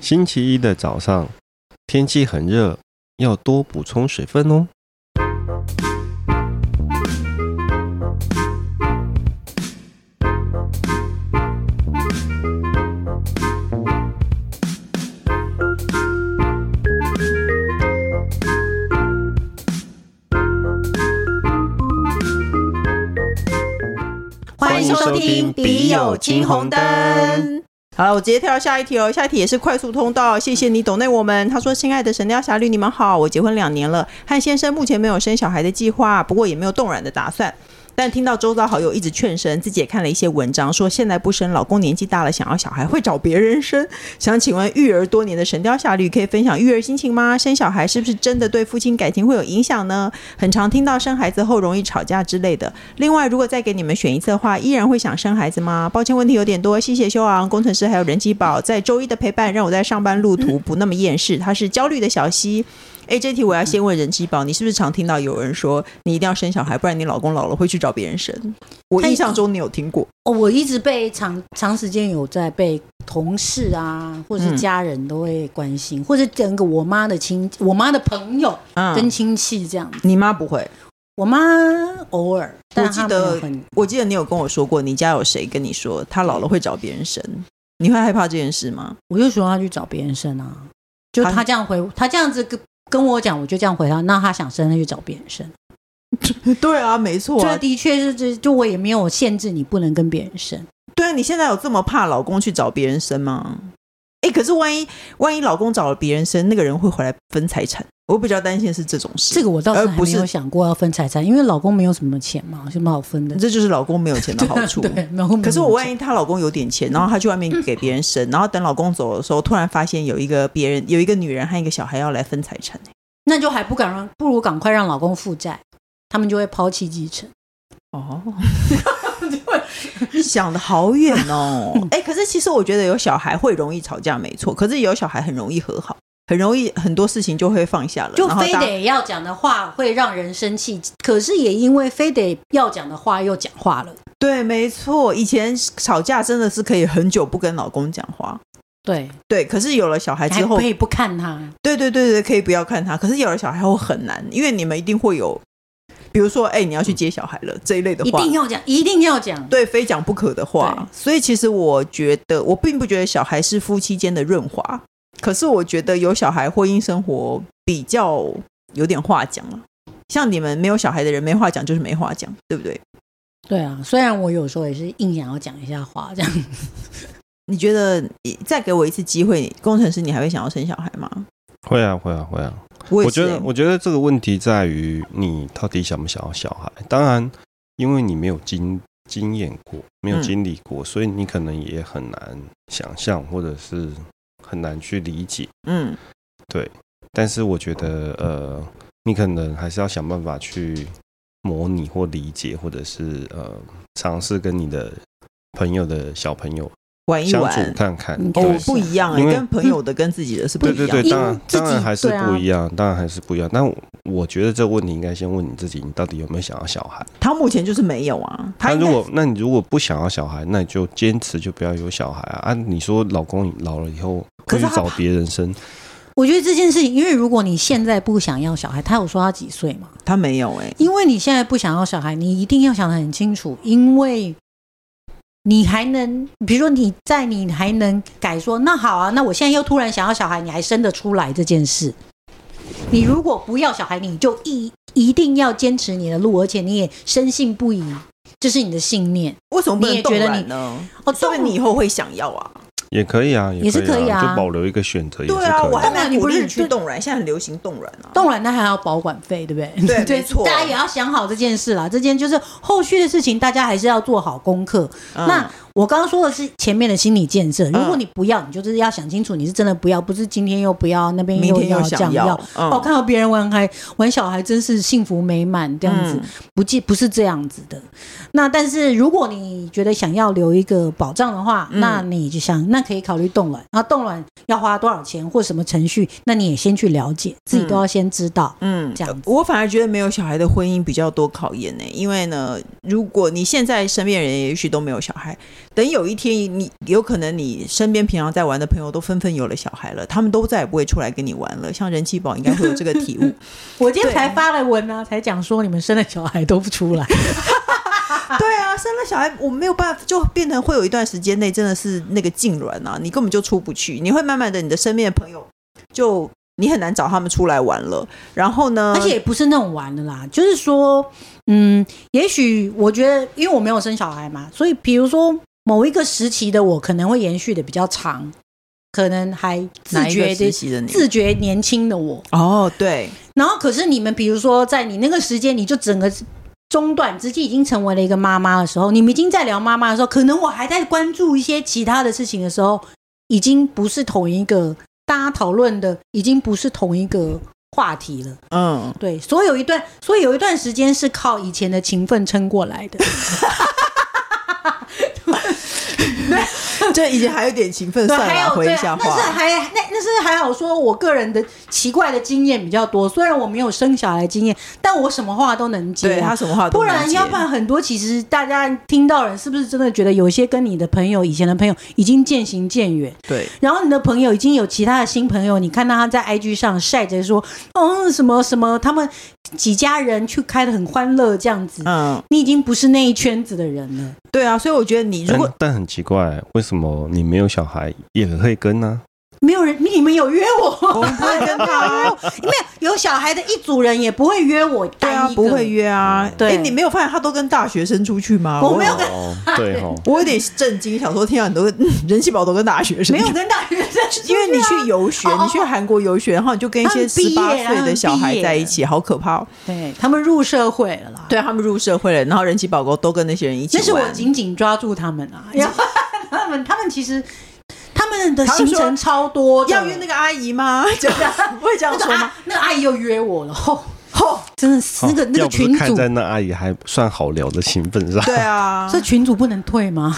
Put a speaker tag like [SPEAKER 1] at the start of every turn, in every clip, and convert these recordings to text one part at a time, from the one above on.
[SPEAKER 1] 星期一的早上，天气很热，要多补充水分哦。
[SPEAKER 2] 欢迎收听《笔友青红灯》。好了，我直接跳到下一题哦。下一题也是快速通道，谢谢你懂内我们。他说：“亲爱的神雕侠侣，你们好，我结婚两年了，和先生目前没有生小孩的计划，不过也没有冻卵的打算。但听到周遭好友一直劝生，自己也看了一些文章，说现在不生，老公年纪大了，想要小孩会找别人生。想请问育儿多年的神雕侠侣，可以分享育儿心情吗？生小孩是不是真的对夫妻感情会有影响呢？很常听到生孩子后容易吵架之类的。另外，如果再给你们选一次的话，依然会想生孩子吗？抱歉，问题有点多，谢谢修昂工程师还有人机宝在周一的陪伴，让我在上班路途不那么厌世。他是焦虑的小溪。哎，这题我要先问人机宝，你是不是常听到有人说你一定要生小孩，不然你老公老了会去找别人生？我
[SPEAKER 3] 他
[SPEAKER 2] 印象中你有听过，
[SPEAKER 3] 哦，我一直被长长时间有在被同事啊，或者
[SPEAKER 2] 嗯
[SPEAKER 3] 是家人都会关心，或者整个我妈的亲，我妈的朋友跟
[SPEAKER 2] 嗯，
[SPEAKER 3] 亲戚这样子。
[SPEAKER 2] 你妈不会。
[SPEAKER 3] 我妈偶尔，但她没有很
[SPEAKER 2] 我记得你有跟我说过，你家有谁跟你说他老了会找别人生？你会害怕这件事吗？
[SPEAKER 3] 我就说她去找别人生啊，就她这样回，她这样子跟跟我讲，我就这样回她，那她想生，她去找别人生。
[SPEAKER 2] 对啊，没错
[SPEAKER 3] 这的确是，这就我也没有限制你不能跟别人生。
[SPEAKER 2] 对啊，你现在有这么怕老公去找别人生吗？哎，可是万一万一老公找了别人生，那个人会回来分财产，我比较担心的是这种事。
[SPEAKER 3] 这个我倒是
[SPEAKER 2] 而
[SPEAKER 3] 还
[SPEAKER 2] 不
[SPEAKER 3] 没
[SPEAKER 2] 是
[SPEAKER 3] 有想过要分财产，因为老公没有什么钱嘛，有什么好分的？
[SPEAKER 2] 这就是老公没有钱的好 处。
[SPEAKER 3] 对，老公没有
[SPEAKER 2] 可是我
[SPEAKER 3] 什么
[SPEAKER 2] 万
[SPEAKER 3] 钱
[SPEAKER 2] 一她老公有点钱，然后她去外面给别人生，然后等老公走的时候，突然发现有一个别人有一个女人和一个小孩要来分财产、
[SPEAKER 3] 那就还不敢让，不如赶快让老公负债，他们就会抛弃继 承。
[SPEAKER 2] 哦，你想的好远 哦。哎、可是其实我觉得有小孩会容易吵架，没错。可是有小孩很容易和好，很容易很多事情就会放下了，
[SPEAKER 3] 就
[SPEAKER 2] 然后
[SPEAKER 3] 非
[SPEAKER 2] 大家
[SPEAKER 3] 得要讲的话会让人生气，可是也因为非得要讲的话又讲话了。
[SPEAKER 2] 对，没错。以前吵架真的是可以很久不跟老公讲话，
[SPEAKER 3] 对，
[SPEAKER 2] 对。可是有了小孩
[SPEAKER 3] 还
[SPEAKER 2] 之后
[SPEAKER 3] 可，以不看他，
[SPEAKER 2] 对对对对，可以不要看他。可是有了小孩后很难，因为你们一定会有，比如说，哎、你要去接小孩了这一类的
[SPEAKER 3] 一
[SPEAKER 2] 话，
[SPEAKER 3] 定要讲，一定要讲。
[SPEAKER 2] 对，非讲不可的话。所以其实我觉得，我并不觉得小孩是夫妻间的润滑，可是我觉得有小孩婚姻生活比较有点话讲了。像你们没有小孩的人，没话讲就是没话讲，对不对？
[SPEAKER 3] 对啊，虽然我有时候也是硬想要讲一下话，这样
[SPEAKER 2] 你觉得你再给我一次机会，工程师你还会想要生小孩吗？
[SPEAKER 1] 会啊，会啊，会啊。
[SPEAKER 2] 我也
[SPEAKER 1] 我
[SPEAKER 2] 是
[SPEAKER 1] 觉
[SPEAKER 2] 欸、
[SPEAKER 1] 得，我觉得这个问题在于你到底想不想要小孩。当然，因为你没有经经验过，没有
[SPEAKER 2] 嗯
[SPEAKER 1] 经历过，所以你可能也很难想象，或者是很难去理解。
[SPEAKER 2] 嗯，
[SPEAKER 1] 但是我觉得，呃，你可能还是要想办法去模拟或理解，或者是呃，尝试跟你的朋友的小朋友
[SPEAKER 2] 玩一
[SPEAKER 1] 相处
[SPEAKER 2] 玩。
[SPEAKER 1] 看看。
[SPEAKER 3] 嗯
[SPEAKER 1] 对
[SPEAKER 2] 哦，不一样哎、
[SPEAKER 1] 因为
[SPEAKER 2] 跟朋友的跟自己的是不
[SPEAKER 1] 对
[SPEAKER 2] 一
[SPEAKER 1] 对对，
[SPEAKER 2] 样。
[SPEAKER 3] 因
[SPEAKER 1] 当
[SPEAKER 3] 为
[SPEAKER 1] 然
[SPEAKER 3] 自己
[SPEAKER 1] 当然还是
[SPEAKER 3] 对啊
[SPEAKER 1] 不一样，当然还是不一样。但我我觉得这个问题应该先问你自己，你到底有没有想要小孩？
[SPEAKER 2] 他目前就是没有啊。他
[SPEAKER 1] 那
[SPEAKER 2] 应
[SPEAKER 1] 如
[SPEAKER 2] 该
[SPEAKER 1] 果那你如果不想要小孩，那你就坚持就不要有小孩啊！啊，你说老公老了以后
[SPEAKER 2] 可
[SPEAKER 1] 会
[SPEAKER 2] 是
[SPEAKER 1] 去
[SPEAKER 2] 他
[SPEAKER 1] 找别人生，
[SPEAKER 3] 我觉得这件事情，因为如果你现在不想要小孩，他有说他几岁吗？
[SPEAKER 2] 他没有哎、
[SPEAKER 3] 因为你现在不想要小孩，你一定要想得很清楚，因为你还能，比如说你在你还能改说，那好啊，那我现在又突然想要小孩，你还生得出来这件事。你如果不要小孩，你就一一定要坚持你的路，而且你也深信不疑，这是你的信念。
[SPEAKER 2] 为什么不
[SPEAKER 3] 你
[SPEAKER 2] 能
[SPEAKER 3] 也
[SPEAKER 2] 动
[SPEAKER 3] 觉得
[SPEAKER 2] 卵
[SPEAKER 3] 你
[SPEAKER 2] 呢？
[SPEAKER 3] 哦，
[SPEAKER 2] 说不定你以
[SPEAKER 3] 你
[SPEAKER 2] 后会想要啊。
[SPEAKER 1] 也可以啊，也
[SPEAKER 3] 也是可以啊
[SPEAKER 1] 就保留一个选择也是
[SPEAKER 2] 对啊，我
[SPEAKER 1] 可以
[SPEAKER 2] 还
[SPEAKER 1] 啊。
[SPEAKER 2] 蛮
[SPEAKER 3] 你
[SPEAKER 2] 鼓
[SPEAKER 3] 不
[SPEAKER 2] 励
[SPEAKER 3] 是
[SPEAKER 2] 你去
[SPEAKER 3] 对
[SPEAKER 2] 冻卵，现在很流行冻卵啊。
[SPEAKER 3] 动然那还要保管费，对不 对？
[SPEAKER 2] 对没错
[SPEAKER 3] 大家也要想好这件事啦。这件就是后续的事情，大家还是要做好功课。
[SPEAKER 2] 嗯
[SPEAKER 3] 那我刚刚说的是前面的心理建设，如果你不要，你就是要想清楚，你是真的不要，不是今天又不要，那边
[SPEAKER 2] 明天
[SPEAKER 3] 要
[SPEAKER 2] 又
[SPEAKER 3] 这样
[SPEAKER 2] 想
[SPEAKER 3] 要。
[SPEAKER 2] 要，嗯
[SPEAKER 3] 哦，看到别人玩孩玩小孩，真是幸福美满这样子，
[SPEAKER 2] 嗯
[SPEAKER 3] 不记不是这样子的。那但是如果你觉得想要留一个保障的话，
[SPEAKER 2] 嗯
[SPEAKER 3] 那你就想，那可以考虑冻卵。那冻卵要花多少钱或什么程序，那你也先去了解，自己都要先知道。
[SPEAKER 2] 嗯
[SPEAKER 3] 这样子
[SPEAKER 2] 我反而觉得没有小孩的婚姻比较多考验呢、因为呢，如果你现在身边人也许都没有小孩，等有一天你有可能你身边平常在玩的朋友都纷纷有了小孩了，他们都再也不会出来跟你玩了。像人气宝应该会有这个体悟，
[SPEAKER 3] 我今天才发了文啊，才讲说你们生了小孩都不出来，
[SPEAKER 2] 对啊，生了小孩，我没有办法，就变成会有一段时间内真的是那个痉挛啊，你根本就出不去，你会慢慢的，你的身边的朋友就你很难找他们出来玩了。然后呢，
[SPEAKER 3] 而且也不是那种玩的啦，就是说，嗯，也许我觉得，因为我没有生小孩嘛，所以比如说某一个时期的我可能会延续的比较长，可能还自
[SPEAKER 2] 哪一个
[SPEAKER 3] 觉
[SPEAKER 2] 时
[SPEAKER 3] 的
[SPEAKER 2] 期的你？
[SPEAKER 3] 自觉年轻的我，
[SPEAKER 2] 哦，对，
[SPEAKER 3] 然后可是你们比如说在你那个时间，你就整个。中断，直接已经成为了一个妈妈的时候，你们已经在聊妈妈的时候，可能我还在关注一些其他的事情的时候，已经不是同一个大家讨论的，已经不是同一个话题了。
[SPEAKER 2] 嗯，
[SPEAKER 3] 对，所有一段，所以有一段时间是靠以前的勤奋撑过来 的。
[SPEAKER 2] 这以前还有点勤奋，
[SPEAKER 3] 对，
[SPEAKER 2] 算
[SPEAKER 3] 还
[SPEAKER 2] 了，
[SPEAKER 3] 有
[SPEAKER 2] 回
[SPEAKER 3] 对
[SPEAKER 2] 一
[SPEAKER 3] 啊，
[SPEAKER 2] 下
[SPEAKER 3] 那是
[SPEAKER 2] 话。
[SPEAKER 3] 还那那是还好说，我个人的奇怪的经验比较多，虽然我没有生小孩的经验，但我什么话都能接、
[SPEAKER 2] 对
[SPEAKER 3] 啊
[SPEAKER 2] 他。什么话都
[SPEAKER 3] 不
[SPEAKER 2] 能
[SPEAKER 3] 然，
[SPEAKER 2] 接
[SPEAKER 3] 要不然很多其实大家听到人是不是真的觉得有一些跟你的朋友以前的朋友已经渐行渐远，
[SPEAKER 2] 对，
[SPEAKER 3] 然后你的朋友已经有其他的新朋友，你看到他在 IG 上晒着说，嗯，什么什么，他们几家人去开的很欢乐这样子，
[SPEAKER 2] 嗯，
[SPEAKER 3] 你已经不是那一圈子的人了。
[SPEAKER 2] 对啊，所以我觉得你如
[SPEAKER 1] 但
[SPEAKER 2] 果
[SPEAKER 1] 但很奇怪，为什么你没有小孩也可以跟啊呢、
[SPEAKER 3] 没有人，你们有约我？
[SPEAKER 2] 我们不会跟他，
[SPEAKER 3] 没有，有小孩的一组人也不会约我
[SPEAKER 2] 对啊
[SPEAKER 3] 单，一个
[SPEAKER 2] 不会。约啊。
[SPEAKER 3] 对
[SPEAKER 2] 诶你没有发现他都跟大学生出去吗？
[SPEAKER 3] 我没有跟
[SPEAKER 1] 哦，对哦，
[SPEAKER 2] 我有点震惊，想说天啊，你都跟 人气宝都跟大学生
[SPEAKER 3] 没有跟大学生出去
[SPEAKER 2] 因
[SPEAKER 3] 啊，
[SPEAKER 2] 为你去游学，
[SPEAKER 3] 哦哦
[SPEAKER 2] 你去韩国游学，然后你就跟一
[SPEAKER 3] 他
[SPEAKER 2] 些
[SPEAKER 3] 们
[SPEAKER 2] 十
[SPEAKER 3] 毕业
[SPEAKER 2] 八
[SPEAKER 3] 啊
[SPEAKER 2] 岁的小
[SPEAKER 3] 他们毕
[SPEAKER 2] 孩
[SPEAKER 3] 业
[SPEAKER 2] 在一起，好可怕、哦！
[SPEAKER 3] 对他们入社会了啦。
[SPEAKER 2] 对他们入社会了，然后人气宝宝都跟那些人一起
[SPEAKER 3] 那
[SPEAKER 2] 玩。
[SPEAKER 3] 是我紧紧抓住他们啊，要不然 他们他们其实他们的
[SPEAKER 2] 他们
[SPEAKER 3] 行
[SPEAKER 2] 说
[SPEAKER 3] 程超多的，
[SPEAKER 2] 要约那个阿姨 吗？这样不会这样
[SPEAKER 3] 那
[SPEAKER 2] 说
[SPEAKER 3] 个
[SPEAKER 2] 吗
[SPEAKER 3] 阿？那个阿姨又约我了，吼吼，真的 是那个
[SPEAKER 1] 哦
[SPEAKER 3] 那
[SPEAKER 1] 要
[SPEAKER 3] 个
[SPEAKER 1] 不是
[SPEAKER 3] 群
[SPEAKER 1] 看
[SPEAKER 3] 主
[SPEAKER 1] 在，那阿姨还算好聊的情分上，
[SPEAKER 2] 对啊，
[SPEAKER 3] 这群主不能退 吗？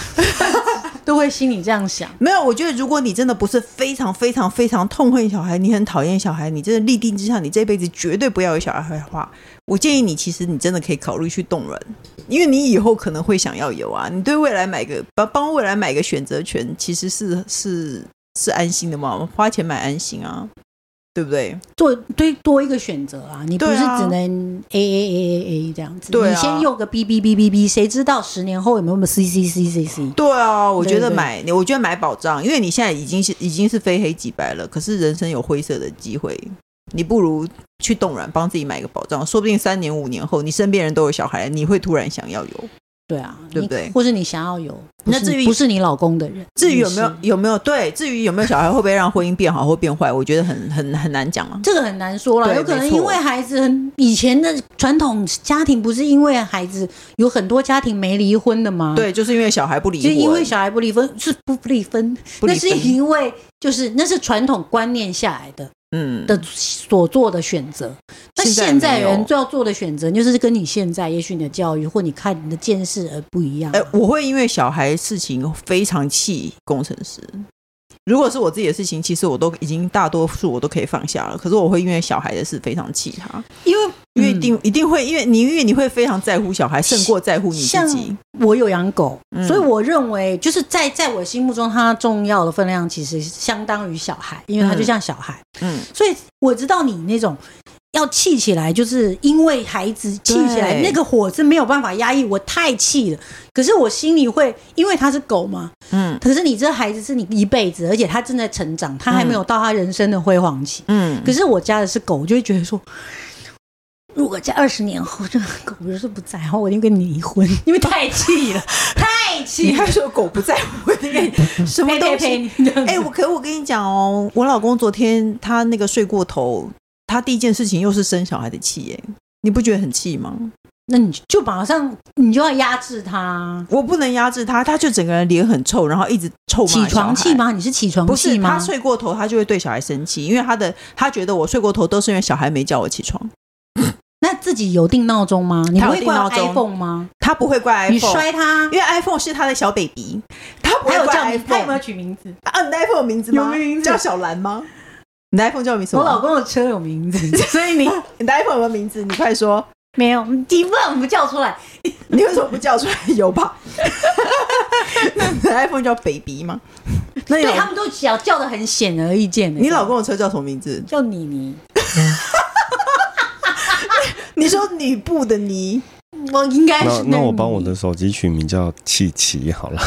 [SPEAKER 3] 都会心里这样想。
[SPEAKER 2] 没有。我觉得如果你真的不是非常非常非常痛恨小孩，你很讨厌小孩，你真的立定志向，你这辈子绝对不要有小孩的话，我建议你其实你真的可以考虑去冻卵，因为你以后可能会想要有啊。你对未来买个帮帮未来买个选择权，其实是是是安心的嘛，花钱买安心啊，对不对？
[SPEAKER 3] 做对多一个选择啊，你不
[SPEAKER 2] 对
[SPEAKER 3] 是
[SPEAKER 2] 啊
[SPEAKER 3] 只能 A A A A A 这样子，
[SPEAKER 2] 对啊
[SPEAKER 3] 你先用个 B B B B B，谁知道十年后有没有 C C C C C？
[SPEAKER 2] 对啊，我觉
[SPEAKER 3] 对
[SPEAKER 2] 得
[SPEAKER 3] 对
[SPEAKER 2] 买，我觉得买保障，因为你现在已经是已经是非黑即白了，可是人生有灰色的机会，你不如去冻卵，帮自己买个保障，说不定三年五年后，你身边人都有小孩，你会突然想要有。
[SPEAKER 3] 对啊，
[SPEAKER 2] 对不对
[SPEAKER 3] 你或是你想要有，
[SPEAKER 2] 那
[SPEAKER 3] 不是
[SPEAKER 2] 至于
[SPEAKER 3] 不是你老公的人，
[SPEAKER 2] 至于有没有
[SPEAKER 3] 你是
[SPEAKER 2] 有没有对，至于有没有小孩会不会让婚姻变好或变坏，我觉得很很很难讲啊。
[SPEAKER 3] 这个很难说啦，
[SPEAKER 2] 对
[SPEAKER 3] 有可能
[SPEAKER 2] 没错
[SPEAKER 3] 因为孩子很以前的传统家庭不是因为孩子有很多家庭没离婚的吗？。
[SPEAKER 2] 对，就是因为小孩不离
[SPEAKER 3] 就
[SPEAKER 2] 婚，
[SPEAKER 3] 因为小孩不离婚是不不离婚，
[SPEAKER 2] 不
[SPEAKER 3] 那
[SPEAKER 2] 离
[SPEAKER 3] 是
[SPEAKER 2] 婚
[SPEAKER 3] 因为就是那是传统观念下来的
[SPEAKER 2] 嗯
[SPEAKER 3] 的所做的选择。那
[SPEAKER 2] 现在
[SPEAKER 3] 现在
[SPEAKER 2] 没有
[SPEAKER 3] 人最要做的选择，就是跟你现在，也许你的教育或你看你的见识而不一样。
[SPEAKER 2] 哎、我会因为小孩事情非常气工程师。如果是我自己的事情，其实我都已经大多数我都可以放下了。可是我会因为小孩的事非常气他，
[SPEAKER 3] 因为
[SPEAKER 2] 因为一
[SPEAKER 3] 嗯
[SPEAKER 2] 定、一定会，因为你因为你会非常在乎小孩，胜过在乎你自
[SPEAKER 3] 像
[SPEAKER 2] 己。
[SPEAKER 3] 我有养狗，
[SPEAKER 2] 嗯
[SPEAKER 3] 所以我认为就是在在我心目中，它重要的分量其实相当于小孩，因为它就像小孩。
[SPEAKER 2] 嗯，
[SPEAKER 3] 所以我知道你那种要气起来，就是因为孩子气起来，
[SPEAKER 2] 对
[SPEAKER 3] 那个火是没有办法压抑，我太气了。可是我心里会，因为他是狗嘛，
[SPEAKER 2] 嗯
[SPEAKER 3] 可是你这孩子是你一辈子，而且他正在成长，他还没有到他人生的辉煌期。
[SPEAKER 2] 嗯，
[SPEAKER 3] 可是我家的是狗，我就会觉得说。如果在二十年后，这个狗要是不在，然后我一定跟你离婚， 因为太气了， 太
[SPEAKER 2] 你
[SPEAKER 3] 气了，
[SPEAKER 2] 还说狗不在乎 那个什么
[SPEAKER 3] 呸
[SPEAKER 2] 东
[SPEAKER 3] 呸
[SPEAKER 2] 西？
[SPEAKER 3] 呸！这样子
[SPEAKER 2] 哎、我可我跟你讲哦，我老公昨天他那个睡过头，他第一件事情又是生小孩的气耶、你不觉得很气吗？
[SPEAKER 3] 那你就马上你就要压制它，
[SPEAKER 2] 我不能压制他，他就整个人脸很臭，然后一直臭骂
[SPEAKER 3] 起床
[SPEAKER 2] 小孩
[SPEAKER 3] 气？吗？你是起床
[SPEAKER 2] 不
[SPEAKER 3] 气
[SPEAKER 2] 是，
[SPEAKER 3] 吗？
[SPEAKER 2] 他睡过头，他就会对小孩生气，因为他的他觉得我睡过头都是因为小孩没叫我起床，
[SPEAKER 3] 那自己有定闹钟吗？你不会
[SPEAKER 2] 定
[SPEAKER 3] 挂
[SPEAKER 2] 闹钟
[SPEAKER 3] iPhone 吗？
[SPEAKER 2] 他不会怪 iPhone，
[SPEAKER 3] 你摔它
[SPEAKER 2] 因，为 iPhone 是他的小 baby，他不
[SPEAKER 3] 还
[SPEAKER 2] 会
[SPEAKER 3] 有
[SPEAKER 2] 怪
[SPEAKER 3] 叫你，他有
[SPEAKER 2] iPhone
[SPEAKER 3] 没有。取名字？
[SPEAKER 2] 啊，你的 iPhone 有名字吗？
[SPEAKER 3] 有名字
[SPEAKER 2] 叫小兰吗？你的 iPhone 叫你什 么？
[SPEAKER 3] 我老公的车有名字，所以你
[SPEAKER 2] 你的 iPhone 有没有名字？你快说！
[SPEAKER 3] 没有，你为什么叫出来？
[SPEAKER 2] 你为什么不叫出来？有吧？那你的 iPhone 叫 baby 吗？那你
[SPEAKER 3] 对啊
[SPEAKER 2] 老
[SPEAKER 3] 他们都叫叫的很显而易见的。
[SPEAKER 2] 哎你老公的车叫什么名字？
[SPEAKER 3] 叫妮妮，
[SPEAKER 2] 你说女部的泥，
[SPEAKER 3] 我应该
[SPEAKER 1] 那
[SPEAKER 3] 是
[SPEAKER 1] 那我帮我的，手机取名叫琪琪好 了，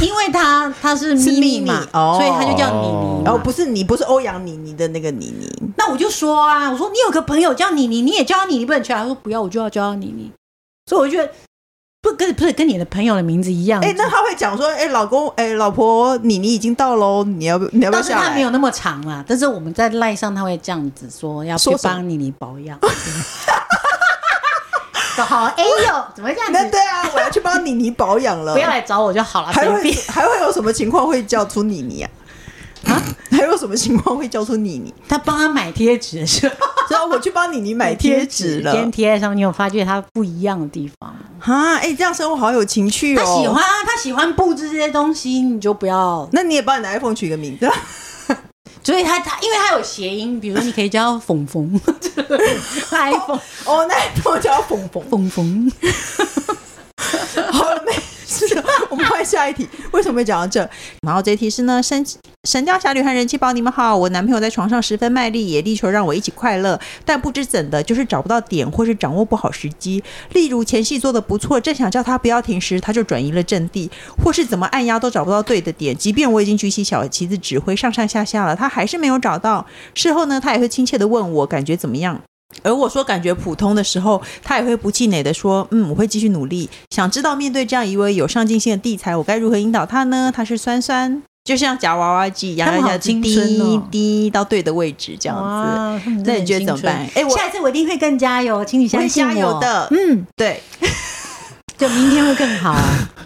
[SPEAKER 3] 因为他他是
[SPEAKER 2] 是
[SPEAKER 3] 咪咪
[SPEAKER 2] 咪咪
[SPEAKER 3] 嘛，
[SPEAKER 2] 哦
[SPEAKER 3] 所以他就叫妮妮
[SPEAKER 1] 哦
[SPEAKER 3] 嘛。
[SPEAKER 2] 然后不是你，不是欧阳妮妮的那个妮妮。
[SPEAKER 3] 那我就说啊，我说你有个朋友叫妮妮，你也叫她妮妮，不能叫她。他说不要，我就要叫她妮妮。所以我就觉得不跟不是跟你的朋友的名字一样，
[SPEAKER 2] 哎、那他会讲说，哎、老公，哎、老婆，妮妮已经到喽，你要不你要不
[SPEAKER 3] 但
[SPEAKER 2] 要
[SPEAKER 3] 是
[SPEAKER 2] 下
[SPEAKER 3] 他
[SPEAKER 2] 来？
[SPEAKER 3] 没有那么长啦，但是我们在赖上他会这样子说，要去
[SPEAKER 2] 说什么
[SPEAKER 3] 帮妮妮保 养。好，哎呦，怎么会这样
[SPEAKER 2] 那
[SPEAKER 3] 子？
[SPEAKER 2] 对啊，我要去帮妮妮保养 了。
[SPEAKER 3] 不要来找我就好了，
[SPEAKER 2] 还
[SPEAKER 3] 随
[SPEAKER 2] 会
[SPEAKER 3] 便。
[SPEAKER 2] 还会有什么情况会叫出妮妮啊？啊， 还有什么情况会叫出妮妮？
[SPEAKER 3] 他帮他买贴纸的时候，
[SPEAKER 2] 然后我去帮妮妮买贴纸了
[SPEAKER 3] 先贴上，你有发觉他不一样的地方吗？
[SPEAKER 2] 啊！哎、这样生活好有情趣哦。
[SPEAKER 3] 他喜欢，啊，他喜欢布置这些东西，你就不要。
[SPEAKER 2] 那你也帮你的 iPhone 取个名字，
[SPEAKER 3] 所以他他，因为他有谐音，比如说你可以叫冯 冯，iPhone
[SPEAKER 2] 哦，那 iPhone 叫冯冯。
[SPEAKER 3] 冯冯，
[SPEAKER 2] 好了没事，我们换下一题。为什么会讲到这？然后这一题是呢，神神雕侠侣和人气宝，你们好，我男朋友在床上十分卖力，也力求让我一起快乐，但不知怎的，就是找不到点，或是掌握不好时机。例如前戏做的不错，正想叫他不要停时，他就转移了阵地，或是怎么按压都找不到对的点。即便我已经举起小旗子指挥上上下下了，他还是没有找到。事后呢，他也会亲切的问我感觉怎么样。而我说感觉普通的时候，他也会不气馁的说：“嗯，我会继续努力。”想知道面对这样一位有上进心的地才，我该如何引导他呢？他是酸酸，就像夹娃娃机一样，
[SPEAKER 3] 他
[SPEAKER 2] 要
[SPEAKER 3] 们好
[SPEAKER 2] 一下子
[SPEAKER 3] 青春
[SPEAKER 2] 滴
[SPEAKER 3] 哦
[SPEAKER 2] 滴到对的位置，这样子。
[SPEAKER 3] 哇，他们真的
[SPEAKER 2] 那你
[SPEAKER 3] 很
[SPEAKER 2] 觉得
[SPEAKER 3] 青
[SPEAKER 2] 怎么
[SPEAKER 3] 春
[SPEAKER 2] 办？？哎、我
[SPEAKER 3] 下一次我一定会更加油，请你
[SPEAKER 2] 我
[SPEAKER 3] 相
[SPEAKER 2] 会
[SPEAKER 3] 信
[SPEAKER 2] 加油的
[SPEAKER 3] 嗯，
[SPEAKER 2] 对，
[SPEAKER 3] 就明天会更好。啊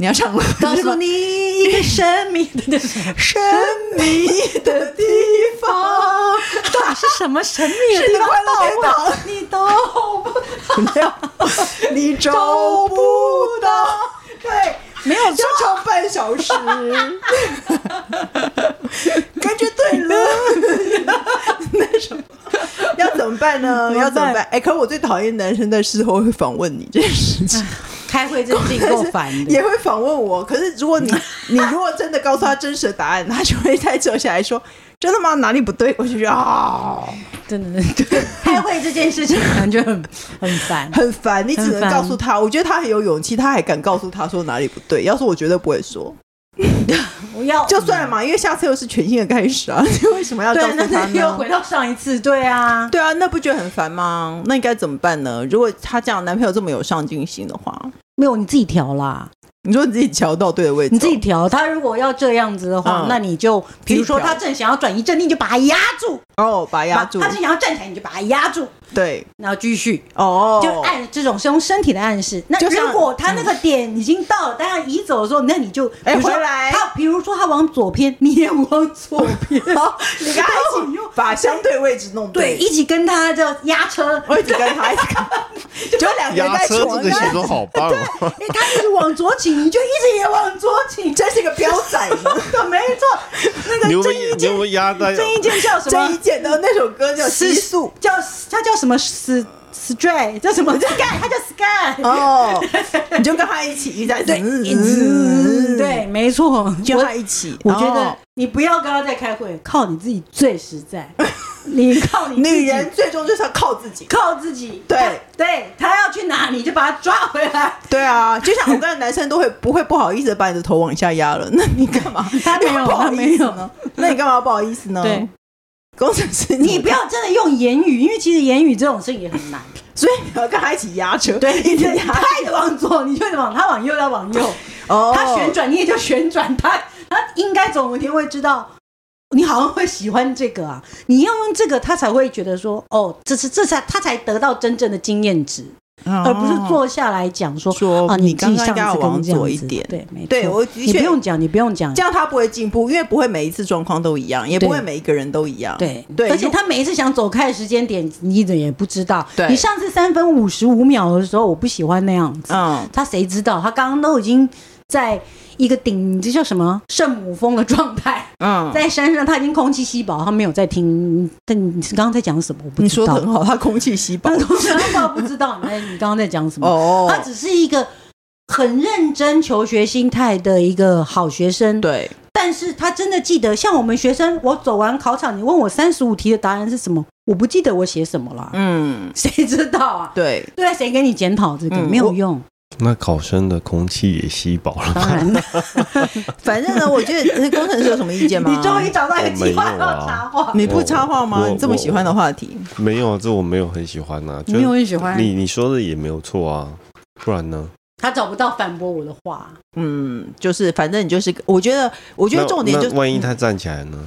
[SPEAKER 2] 你要上了，
[SPEAKER 3] 告
[SPEAKER 2] 是吧
[SPEAKER 3] 诉 你一个神秘的
[SPEAKER 2] 神秘的地方，
[SPEAKER 3] 哦，到底是什么神秘的
[SPEAKER 2] 是
[SPEAKER 3] 地
[SPEAKER 2] 的快乐天
[SPEAKER 3] 方？
[SPEAKER 2] 堂，
[SPEAKER 3] 你都不
[SPEAKER 2] 没有， 你找不到，对，
[SPEAKER 3] 没有
[SPEAKER 2] 要唱半小 时，感觉对了， 那什么要怎么办呢？
[SPEAKER 3] 怎么办
[SPEAKER 2] 要怎么办？哎、可我最讨厌男生在事后会访问你这件事
[SPEAKER 3] 嗯
[SPEAKER 2] 情，
[SPEAKER 3] 开会真是够烦的
[SPEAKER 2] 也。会访问我。可是如果 你你如果真的告诉他真实的答案，他就会再折下来说。真的吗？哪里不对？我就觉得啊，
[SPEAKER 3] 真的，对，开会这件事情感觉很很烦。
[SPEAKER 2] 很烦。你只
[SPEAKER 3] 很
[SPEAKER 2] 能
[SPEAKER 3] 烦
[SPEAKER 2] 告诉他，我觉得他很有勇气，他还敢告诉他说哪里不对。要是我绝对不会说，
[SPEAKER 3] 我要
[SPEAKER 2] 就算了嘛，因为下次又是全新的开始啊， 你为什么要告
[SPEAKER 3] 对，
[SPEAKER 2] 诉
[SPEAKER 3] 那
[SPEAKER 2] 他
[SPEAKER 3] 那又
[SPEAKER 2] 呢？
[SPEAKER 3] 回到上一次，对啊，
[SPEAKER 2] 对啊，那不觉得很烦吗？那应该怎么办呢？如果他这样男朋友这么有上进心的话，
[SPEAKER 3] 没有你自己调啦，
[SPEAKER 2] 你说你自己瞧到对的位置哦，
[SPEAKER 3] 你自己调。他如果要这样子的话
[SPEAKER 2] 嗯，
[SPEAKER 3] 那你就比如说他正想要转移阵地，你就把他压住，
[SPEAKER 2] 哦，把他压住
[SPEAKER 3] 把，他正想要站起来，你就把他压住，
[SPEAKER 2] 对，
[SPEAKER 3] 然后继续。
[SPEAKER 2] 哦，
[SPEAKER 3] 就按这种是用身体的暗示。那
[SPEAKER 2] 就像
[SPEAKER 3] 如果他那个点已经到了，当然移走的时候，那你就
[SPEAKER 2] 哎
[SPEAKER 3] 比如说
[SPEAKER 2] 回来
[SPEAKER 3] 他比如说他往左偏，你也往左 偏，
[SPEAKER 2] 好，你跟他
[SPEAKER 3] 然后
[SPEAKER 2] 一
[SPEAKER 3] 你
[SPEAKER 2] 起
[SPEAKER 3] 又
[SPEAKER 2] 把相对位置弄
[SPEAKER 3] 对，一起跟他这样压车。
[SPEAKER 2] 我一直跟 他一直看，就两个人在床上，
[SPEAKER 1] 容好棒哦。
[SPEAKER 3] 哎，他一直往左倾，你就一直也往左倾，
[SPEAKER 2] 真是个啊彪仔 呢。
[SPEAKER 3] 对，没错。那
[SPEAKER 1] 你
[SPEAKER 3] 个
[SPEAKER 1] 有没
[SPEAKER 3] 郑伊
[SPEAKER 1] 有你有没有
[SPEAKER 3] 健，
[SPEAKER 1] 压在？
[SPEAKER 3] 郑伊健叫什
[SPEAKER 2] 这一
[SPEAKER 3] 么？
[SPEAKER 2] 届的那首歌叫《
[SPEAKER 3] 是
[SPEAKER 2] 激素
[SPEAKER 3] 叫他叫什么？s stray 叫什么？sky，他叫 sky》。。
[SPEAKER 2] 哦，你就跟他一起一直在
[SPEAKER 3] 对，
[SPEAKER 2] 嗯
[SPEAKER 3] 一直对，没错，
[SPEAKER 2] 就
[SPEAKER 3] 我
[SPEAKER 2] 跟他一起。
[SPEAKER 3] 我觉
[SPEAKER 2] 哦
[SPEAKER 3] 得你不要跟他在开会，靠你自己最实 在。你靠你自己
[SPEAKER 2] 女人最终就是要靠自己。
[SPEAKER 3] 靠自己，
[SPEAKER 2] 对
[SPEAKER 3] 他对，他要去哪你就把他抓回来。
[SPEAKER 2] 对啊，就像我刚才男生都会不会不好意思地把你的头往下压了，那你干 嘛？
[SPEAKER 3] 他没有
[SPEAKER 2] 你不好
[SPEAKER 3] 他没
[SPEAKER 2] 意思
[SPEAKER 3] 有
[SPEAKER 2] 呢？那你干嘛不好意思呢？
[SPEAKER 3] 对，
[SPEAKER 2] 工程师怎么办，
[SPEAKER 3] 你不要真的用言语，因为其实言语这种事情也很难。
[SPEAKER 2] 所以你要跟他一起压车，对， 一
[SPEAKER 3] 你
[SPEAKER 2] 直
[SPEAKER 3] 就
[SPEAKER 2] 压
[SPEAKER 3] 他也往左，你就往他往右，他往右，
[SPEAKER 2] 哦
[SPEAKER 3] 他旋转你也就旋转，他他应该总有一天会知道。你好像会喜欢这个啊！你要用这个，他才会觉得说，哦，这是这才他才得到真正的经验值。
[SPEAKER 2] 转
[SPEAKER 3] 而不是。坐下来讲说
[SPEAKER 2] 哦说
[SPEAKER 3] 啊，
[SPEAKER 2] 你
[SPEAKER 3] 自己
[SPEAKER 2] 刚刚
[SPEAKER 3] 上
[SPEAKER 2] 应该要
[SPEAKER 3] 次跟
[SPEAKER 2] 往
[SPEAKER 3] 我这样
[SPEAKER 2] 左一
[SPEAKER 3] 子
[SPEAKER 2] 点
[SPEAKER 3] 对，没
[SPEAKER 2] 对
[SPEAKER 3] 错
[SPEAKER 2] 我的
[SPEAKER 3] 你
[SPEAKER 2] 确
[SPEAKER 3] 不用讲，你不用讲
[SPEAKER 2] 这，样他不会进步，因为不会每一次状况都一样，也不
[SPEAKER 3] 对
[SPEAKER 2] 会每一个人都一样。
[SPEAKER 3] 对
[SPEAKER 2] 对，
[SPEAKER 3] 而且他每一次想走开的时间点，你怎么也不知道。
[SPEAKER 2] 对
[SPEAKER 3] 你上次三分五十五秒的时候，我不喜欢那样子，
[SPEAKER 2] 嗯，
[SPEAKER 3] 他谁知道？他刚刚都已经在一个顶，这叫什么圣母峰的状态，
[SPEAKER 2] 嗯，
[SPEAKER 3] 在山上，他已经空气稀薄，他没有在听。但你刚刚在讲什么？我不
[SPEAKER 2] 你
[SPEAKER 3] 知
[SPEAKER 2] 说的
[SPEAKER 3] 道。
[SPEAKER 2] 很好，他空气稀薄
[SPEAKER 3] 但。 我真的不知道你在你刚刚在讲什么。
[SPEAKER 2] 哦
[SPEAKER 3] 他只是一个很认真求学心态的一个好学生。，
[SPEAKER 2] 对，
[SPEAKER 3] 但是他真的记得，像我们学生，我走完考场，你问我三十五题的答案是什么，我不记得我写什么了，
[SPEAKER 2] 嗯，
[SPEAKER 3] 谁知道啊？
[SPEAKER 2] 对，
[SPEAKER 3] 对啊，谁跟你检讨这个、
[SPEAKER 2] 嗯
[SPEAKER 3] 没
[SPEAKER 2] 我
[SPEAKER 3] 有 用？
[SPEAKER 1] 那考生的空气也稀薄了吧？
[SPEAKER 3] 当然了，
[SPEAKER 2] 反正呢，我觉得工程师有什么意 见吗？
[SPEAKER 3] 你终于找到一个计划
[SPEAKER 1] 我没有
[SPEAKER 3] 要
[SPEAKER 1] 啊
[SPEAKER 3] 插 话，
[SPEAKER 2] 你不插话吗？
[SPEAKER 1] 我
[SPEAKER 2] 你这么喜欢的话题，
[SPEAKER 1] 没有，啊，这我没有很喜欢呐、啊。就
[SPEAKER 3] 没有人喜欢
[SPEAKER 1] 你你说的也没有错啊，不然呢？
[SPEAKER 3] 他找不到反驳我的话。
[SPEAKER 2] 嗯，就是反正你就是，我觉得，我
[SPEAKER 1] 我
[SPEAKER 2] 觉得重点就是，嗯
[SPEAKER 1] 万一他站起来呢？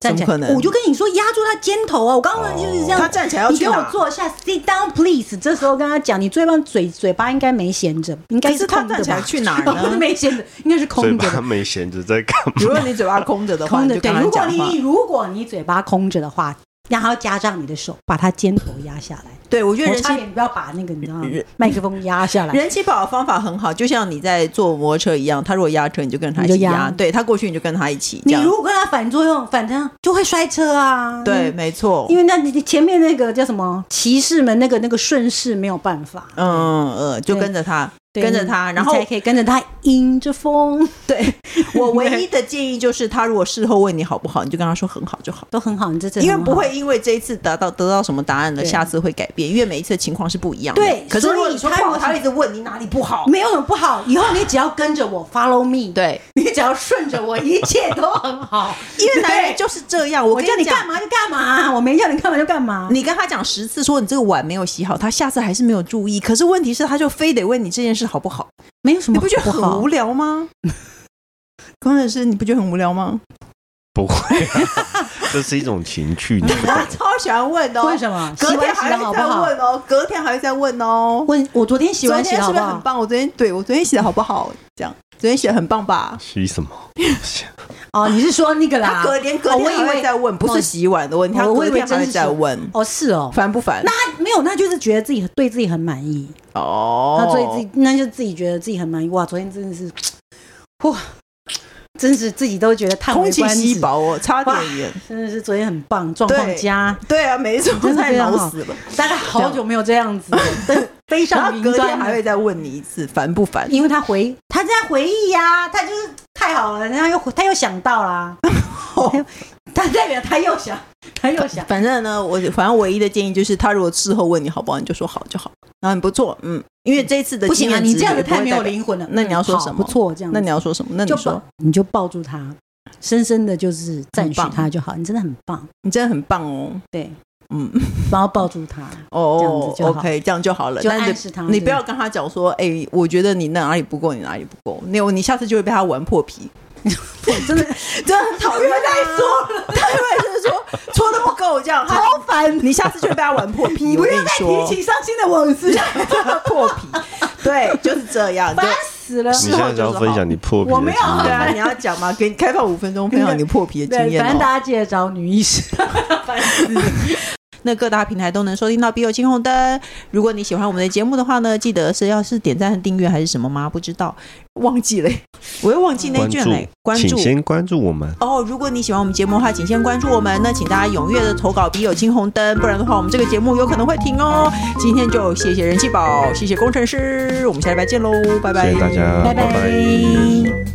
[SPEAKER 3] 站起
[SPEAKER 2] 怎
[SPEAKER 3] 来，
[SPEAKER 2] 么可能哦
[SPEAKER 3] 我就跟你说压住他肩头啊！我刚刚就是这样，
[SPEAKER 2] 他站起来要
[SPEAKER 3] 你
[SPEAKER 2] 去
[SPEAKER 3] 给我
[SPEAKER 2] 哪？
[SPEAKER 3] 坐下，sit down please。这时候跟他讲，你最棒嘴嘴巴应该没闲着，应该
[SPEAKER 2] 可是他
[SPEAKER 3] 空的
[SPEAKER 2] 站起来
[SPEAKER 3] 吧？
[SPEAKER 2] 去哪儿
[SPEAKER 3] 不是
[SPEAKER 2] 呢？
[SPEAKER 3] 没闲着，应该是
[SPEAKER 1] 嘴
[SPEAKER 3] 空着
[SPEAKER 1] 巴
[SPEAKER 3] 的。
[SPEAKER 1] 没闲着在干 嘛？
[SPEAKER 2] 如果你嘴巴空着的 话，
[SPEAKER 3] 空
[SPEAKER 2] 你
[SPEAKER 3] 的
[SPEAKER 2] 就
[SPEAKER 3] 对
[SPEAKER 2] 跟，他
[SPEAKER 3] 如果
[SPEAKER 2] 讲话。
[SPEAKER 3] 你如果你嘴巴空着的话，然后加上你的手，把他肩头压下来。
[SPEAKER 2] 对，我觉得
[SPEAKER 3] 我
[SPEAKER 2] 人
[SPEAKER 3] 差
[SPEAKER 2] 气
[SPEAKER 3] 点不要把那个你知道吗
[SPEAKER 2] 人
[SPEAKER 3] 麦克风压下来。
[SPEAKER 2] 人气宝的方法很好，就像你在坐摩托车一样，他如果压车，你就跟着他一
[SPEAKER 3] 你
[SPEAKER 2] 起
[SPEAKER 3] 就压
[SPEAKER 2] 压；对他过嗯去，你就跟他一起。这
[SPEAKER 3] 你
[SPEAKER 2] 样
[SPEAKER 3] 如果跟他反作用，反正就会摔车啊。
[SPEAKER 2] 对，，没错，
[SPEAKER 3] 因为那你前面那个叫什么骑士们那个那个顺势没有办法。
[SPEAKER 2] 嗯呃，就
[SPEAKER 3] 对
[SPEAKER 2] 跟着他，
[SPEAKER 3] 对
[SPEAKER 2] 跟着他。
[SPEAKER 3] 你
[SPEAKER 2] 然后
[SPEAKER 3] 你才可以跟着他迎着风，
[SPEAKER 2] 对我唯 一的建议就是，他如果事后问你好不好，你就跟他说很好就好。
[SPEAKER 3] 都很好。你这次
[SPEAKER 2] 因为
[SPEAKER 3] 很好
[SPEAKER 2] 不会因为这一次得到得到什么答案了，
[SPEAKER 3] 对
[SPEAKER 2] 下次会改变，因为每一次的情况是不一样的。
[SPEAKER 3] 对
[SPEAKER 2] 可是如果
[SPEAKER 3] 所以
[SPEAKER 2] 你说
[SPEAKER 3] 他
[SPEAKER 2] 不好，
[SPEAKER 3] 如果
[SPEAKER 2] 他会一直问你哪里不好。
[SPEAKER 3] 没有什么不好。以后你只要跟着我 follow me，，
[SPEAKER 2] 对，
[SPEAKER 3] 你只要顺着我，一切都很好。
[SPEAKER 2] 因为男人就是这样。我
[SPEAKER 3] 我
[SPEAKER 2] 跟
[SPEAKER 3] 叫你
[SPEAKER 2] 讲
[SPEAKER 3] 干，嘛就干嘛，我没叫你干嘛就干嘛。
[SPEAKER 2] 你跟他讲十次说你这个碗没有洗好，他下次还是没有注意。可是问题是，他就非得问你这件事好不好，
[SPEAKER 3] 没有什
[SPEAKER 2] 你
[SPEAKER 3] 么
[SPEAKER 2] 不觉得
[SPEAKER 3] 好
[SPEAKER 2] 很无聊吗？工程师，你不觉得很无聊吗？
[SPEAKER 1] 不会、啊，这是一种情趣。你
[SPEAKER 2] 我超喜欢问的、哦，
[SPEAKER 3] 为什么？
[SPEAKER 2] 隔
[SPEAKER 3] 洗
[SPEAKER 2] 天
[SPEAKER 3] 完洗
[SPEAKER 2] 还
[SPEAKER 3] 的
[SPEAKER 2] 会
[SPEAKER 3] 好不
[SPEAKER 2] 再
[SPEAKER 3] 好？
[SPEAKER 2] 问哦，隔天还会再问哦。
[SPEAKER 3] 问我昨天洗完洗
[SPEAKER 2] 昨
[SPEAKER 3] 的
[SPEAKER 2] 天是
[SPEAKER 3] 好
[SPEAKER 2] 不
[SPEAKER 3] 不
[SPEAKER 2] 是很
[SPEAKER 3] 好？
[SPEAKER 2] 棒？我昨天对我昨天写的好不好？这样，昨天写的很棒吧？
[SPEAKER 1] 洗什么？
[SPEAKER 3] 哦，你是说那个啦？
[SPEAKER 2] 他隔天隔
[SPEAKER 3] 哦我
[SPEAKER 2] 天
[SPEAKER 3] 以
[SPEAKER 2] 还
[SPEAKER 3] 为
[SPEAKER 2] 会再问，不是洗碗的问题，他
[SPEAKER 3] 哦我
[SPEAKER 2] 隔
[SPEAKER 3] 以为
[SPEAKER 2] 天还
[SPEAKER 3] 真
[SPEAKER 2] 会
[SPEAKER 3] 是
[SPEAKER 2] 再
[SPEAKER 3] 洗
[SPEAKER 2] 问，
[SPEAKER 3] 哦是哦，
[SPEAKER 2] 烦不烦？
[SPEAKER 3] 那没有，那就是觉得自己对自己很满意。
[SPEAKER 2] 哦，
[SPEAKER 3] 他所以自己那就自己觉得自己很满意。哇，昨天真的是， 哇，真是自己都觉得叹
[SPEAKER 2] 空
[SPEAKER 3] 为
[SPEAKER 2] 气
[SPEAKER 3] 观
[SPEAKER 2] 稀
[SPEAKER 3] 止。
[SPEAKER 2] 薄哦，差
[SPEAKER 3] 哇
[SPEAKER 2] 点也
[SPEAKER 3] 真的是昨天很棒，状况佳，
[SPEAKER 2] 对啊，没错，
[SPEAKER 3] 真的
[SPEAKER 2] 太
[SPEAKER 3] 非常
[SPEAKER 2] 老
[SPEAKER 3] 好
[SPEAKER 2] 死了。
[SPEAKER 3] 大概好久没有这样子了，对，飞
[SPEAKER 2] 然
[SPEAKER 3] 上
[SPEAKER 2] 后
[SPEAKER 3] 云
[SPEAKER 2] 隔天
[SPEAKER 3] 端
[SPEAKER 2] 还会
[SPEAKER 3] 了。
[SPEAKER 2] 再问你一次，烦不烦？
[SPEAKER 3] 因为他回，他在回忆呀、他就是太好了，然后又他又想到 啦，他又他代表他又想，他又想，
[SPEAKER 2] 反正呢，我反正唯一的建议就是，他如果事后问你好不好，你就说好就好，然后你不错，嗯，因为这一次的
[SPEAKER 3] 不行啊，
[SPEAKER 2] 经验
[SPEAKER 3] 你
[SPEAKER 2] 值
[SPEAKER 3] 这样子
[SPEAKER 2] 也不会
[SPEAKER 3] 太没有
[SPEAKER 2] 代表
[SPEAKER 3] 灵魂了。
[SPEAKER 2] 那你要说
[SPEAKER 3] 嗯好
[SPEAKER 2] 什么
[SPEAKER 3] 不错，这样子
[SPEAKER 2] 那你要说什么？那你
[SPEAKER 3] 就
[SPEAKER 2] 说
[SPEAKER 3] 抱，你就抱住他，深深的就是赞许
[SPEAKER 2] 很棒
[SPEAKER 3] 他就好，你真的很棒，
[SPEAKER 2] 你真的很棒哦，
[SPEAKER 3] 对，
[SPEAKER 2] 嗯，
[SPEAKER 3] 然后抱住他，这样
[SPEAKER 2] 哦
[SPEAKER 3] 子就好
[SPEAKER 2] ，OK，这样就好了。
[SPEAKER 3] 就
[SPEAKER 2] 但
[SPEAKER 3] 暗
[SPEAKER 2] 是
[SPEAKER 3] 示他，
[SPEAKER 2] 你不要跟他讲说，哎、我觉得你哪里不够，你哪里不够，你你下次就会被他玩破皮，
[SPEAKER 3] 真 的
[SPEAKER 2] 真的很讨厌啊。
[SPEAKER 3] 太
[SPEAKER 2] 说了，他永远就是说戳的不够这样，好烦。你下次就会被他玩破皮，
[SPEAKER 3] 你不
[SPEAKER 2] 我跟
[SPEAKER 3] 要
[SPEAKER 2] 你
[SPEAKER 3] 再
[SPEAKER 2] 说
[SPEAKER 3] 提，起伤心的往事，
[SPEAKER 2] 破皮，对，就是这样。
[SPEAKER 3] 烦
[SPEAKER 2] 对
[SPEAKER 3] 死了。
[SPEAKER 1] 你现在只要分享你破皮
[SPEAKER 3] 我
[SPEAKER 1] 的
[SPEAKER 3] 没
[SPEAKER 1] 经
[SPEAKER 3] 有啊
[SPEAKER 2] 对
[SPEAKER 1] 验，
[SPEAKER 2] 啊，你要讲嘛，给你开放五分钟，分享你破皮的经
[SPEAKER 3] 对，
[SPEAKER 2] 验
[SPEAKER 3] 反正
[SPEAKER 2] 哦。
[SPEAKER 3] 大家记得找女医师。 烦死了
[SPEAKER 2] 那各大平台都能收听到《笔友金红灯》。如果你喜欢我们的节目的话呢，记得是要是点赞、订阅还是什么吗？不知道，忘记了，我又忘记那
[SPEAKER 1] 关
[SPEAKER 2] 卷嘞
[SPEAKER 1] 注。，
[SPEAKER 2] 关注
[SPEAKER 1] 请先关注我们。
[SPEAKER 2] 哦，如果你喜欢我们节目的话，请先关注我们。那请大家踊跃的投稿《笔友青红灯》，不然的话，我们这个节目有可能会停哦。今天就谢谢人气宝，谢谢工程师，我们下礼拜见喽，拜拜，
[SPEAKER 1] 谢谢大家，
[SPEAKER 3] 拜拜
[SPEAKER 1] 拜拜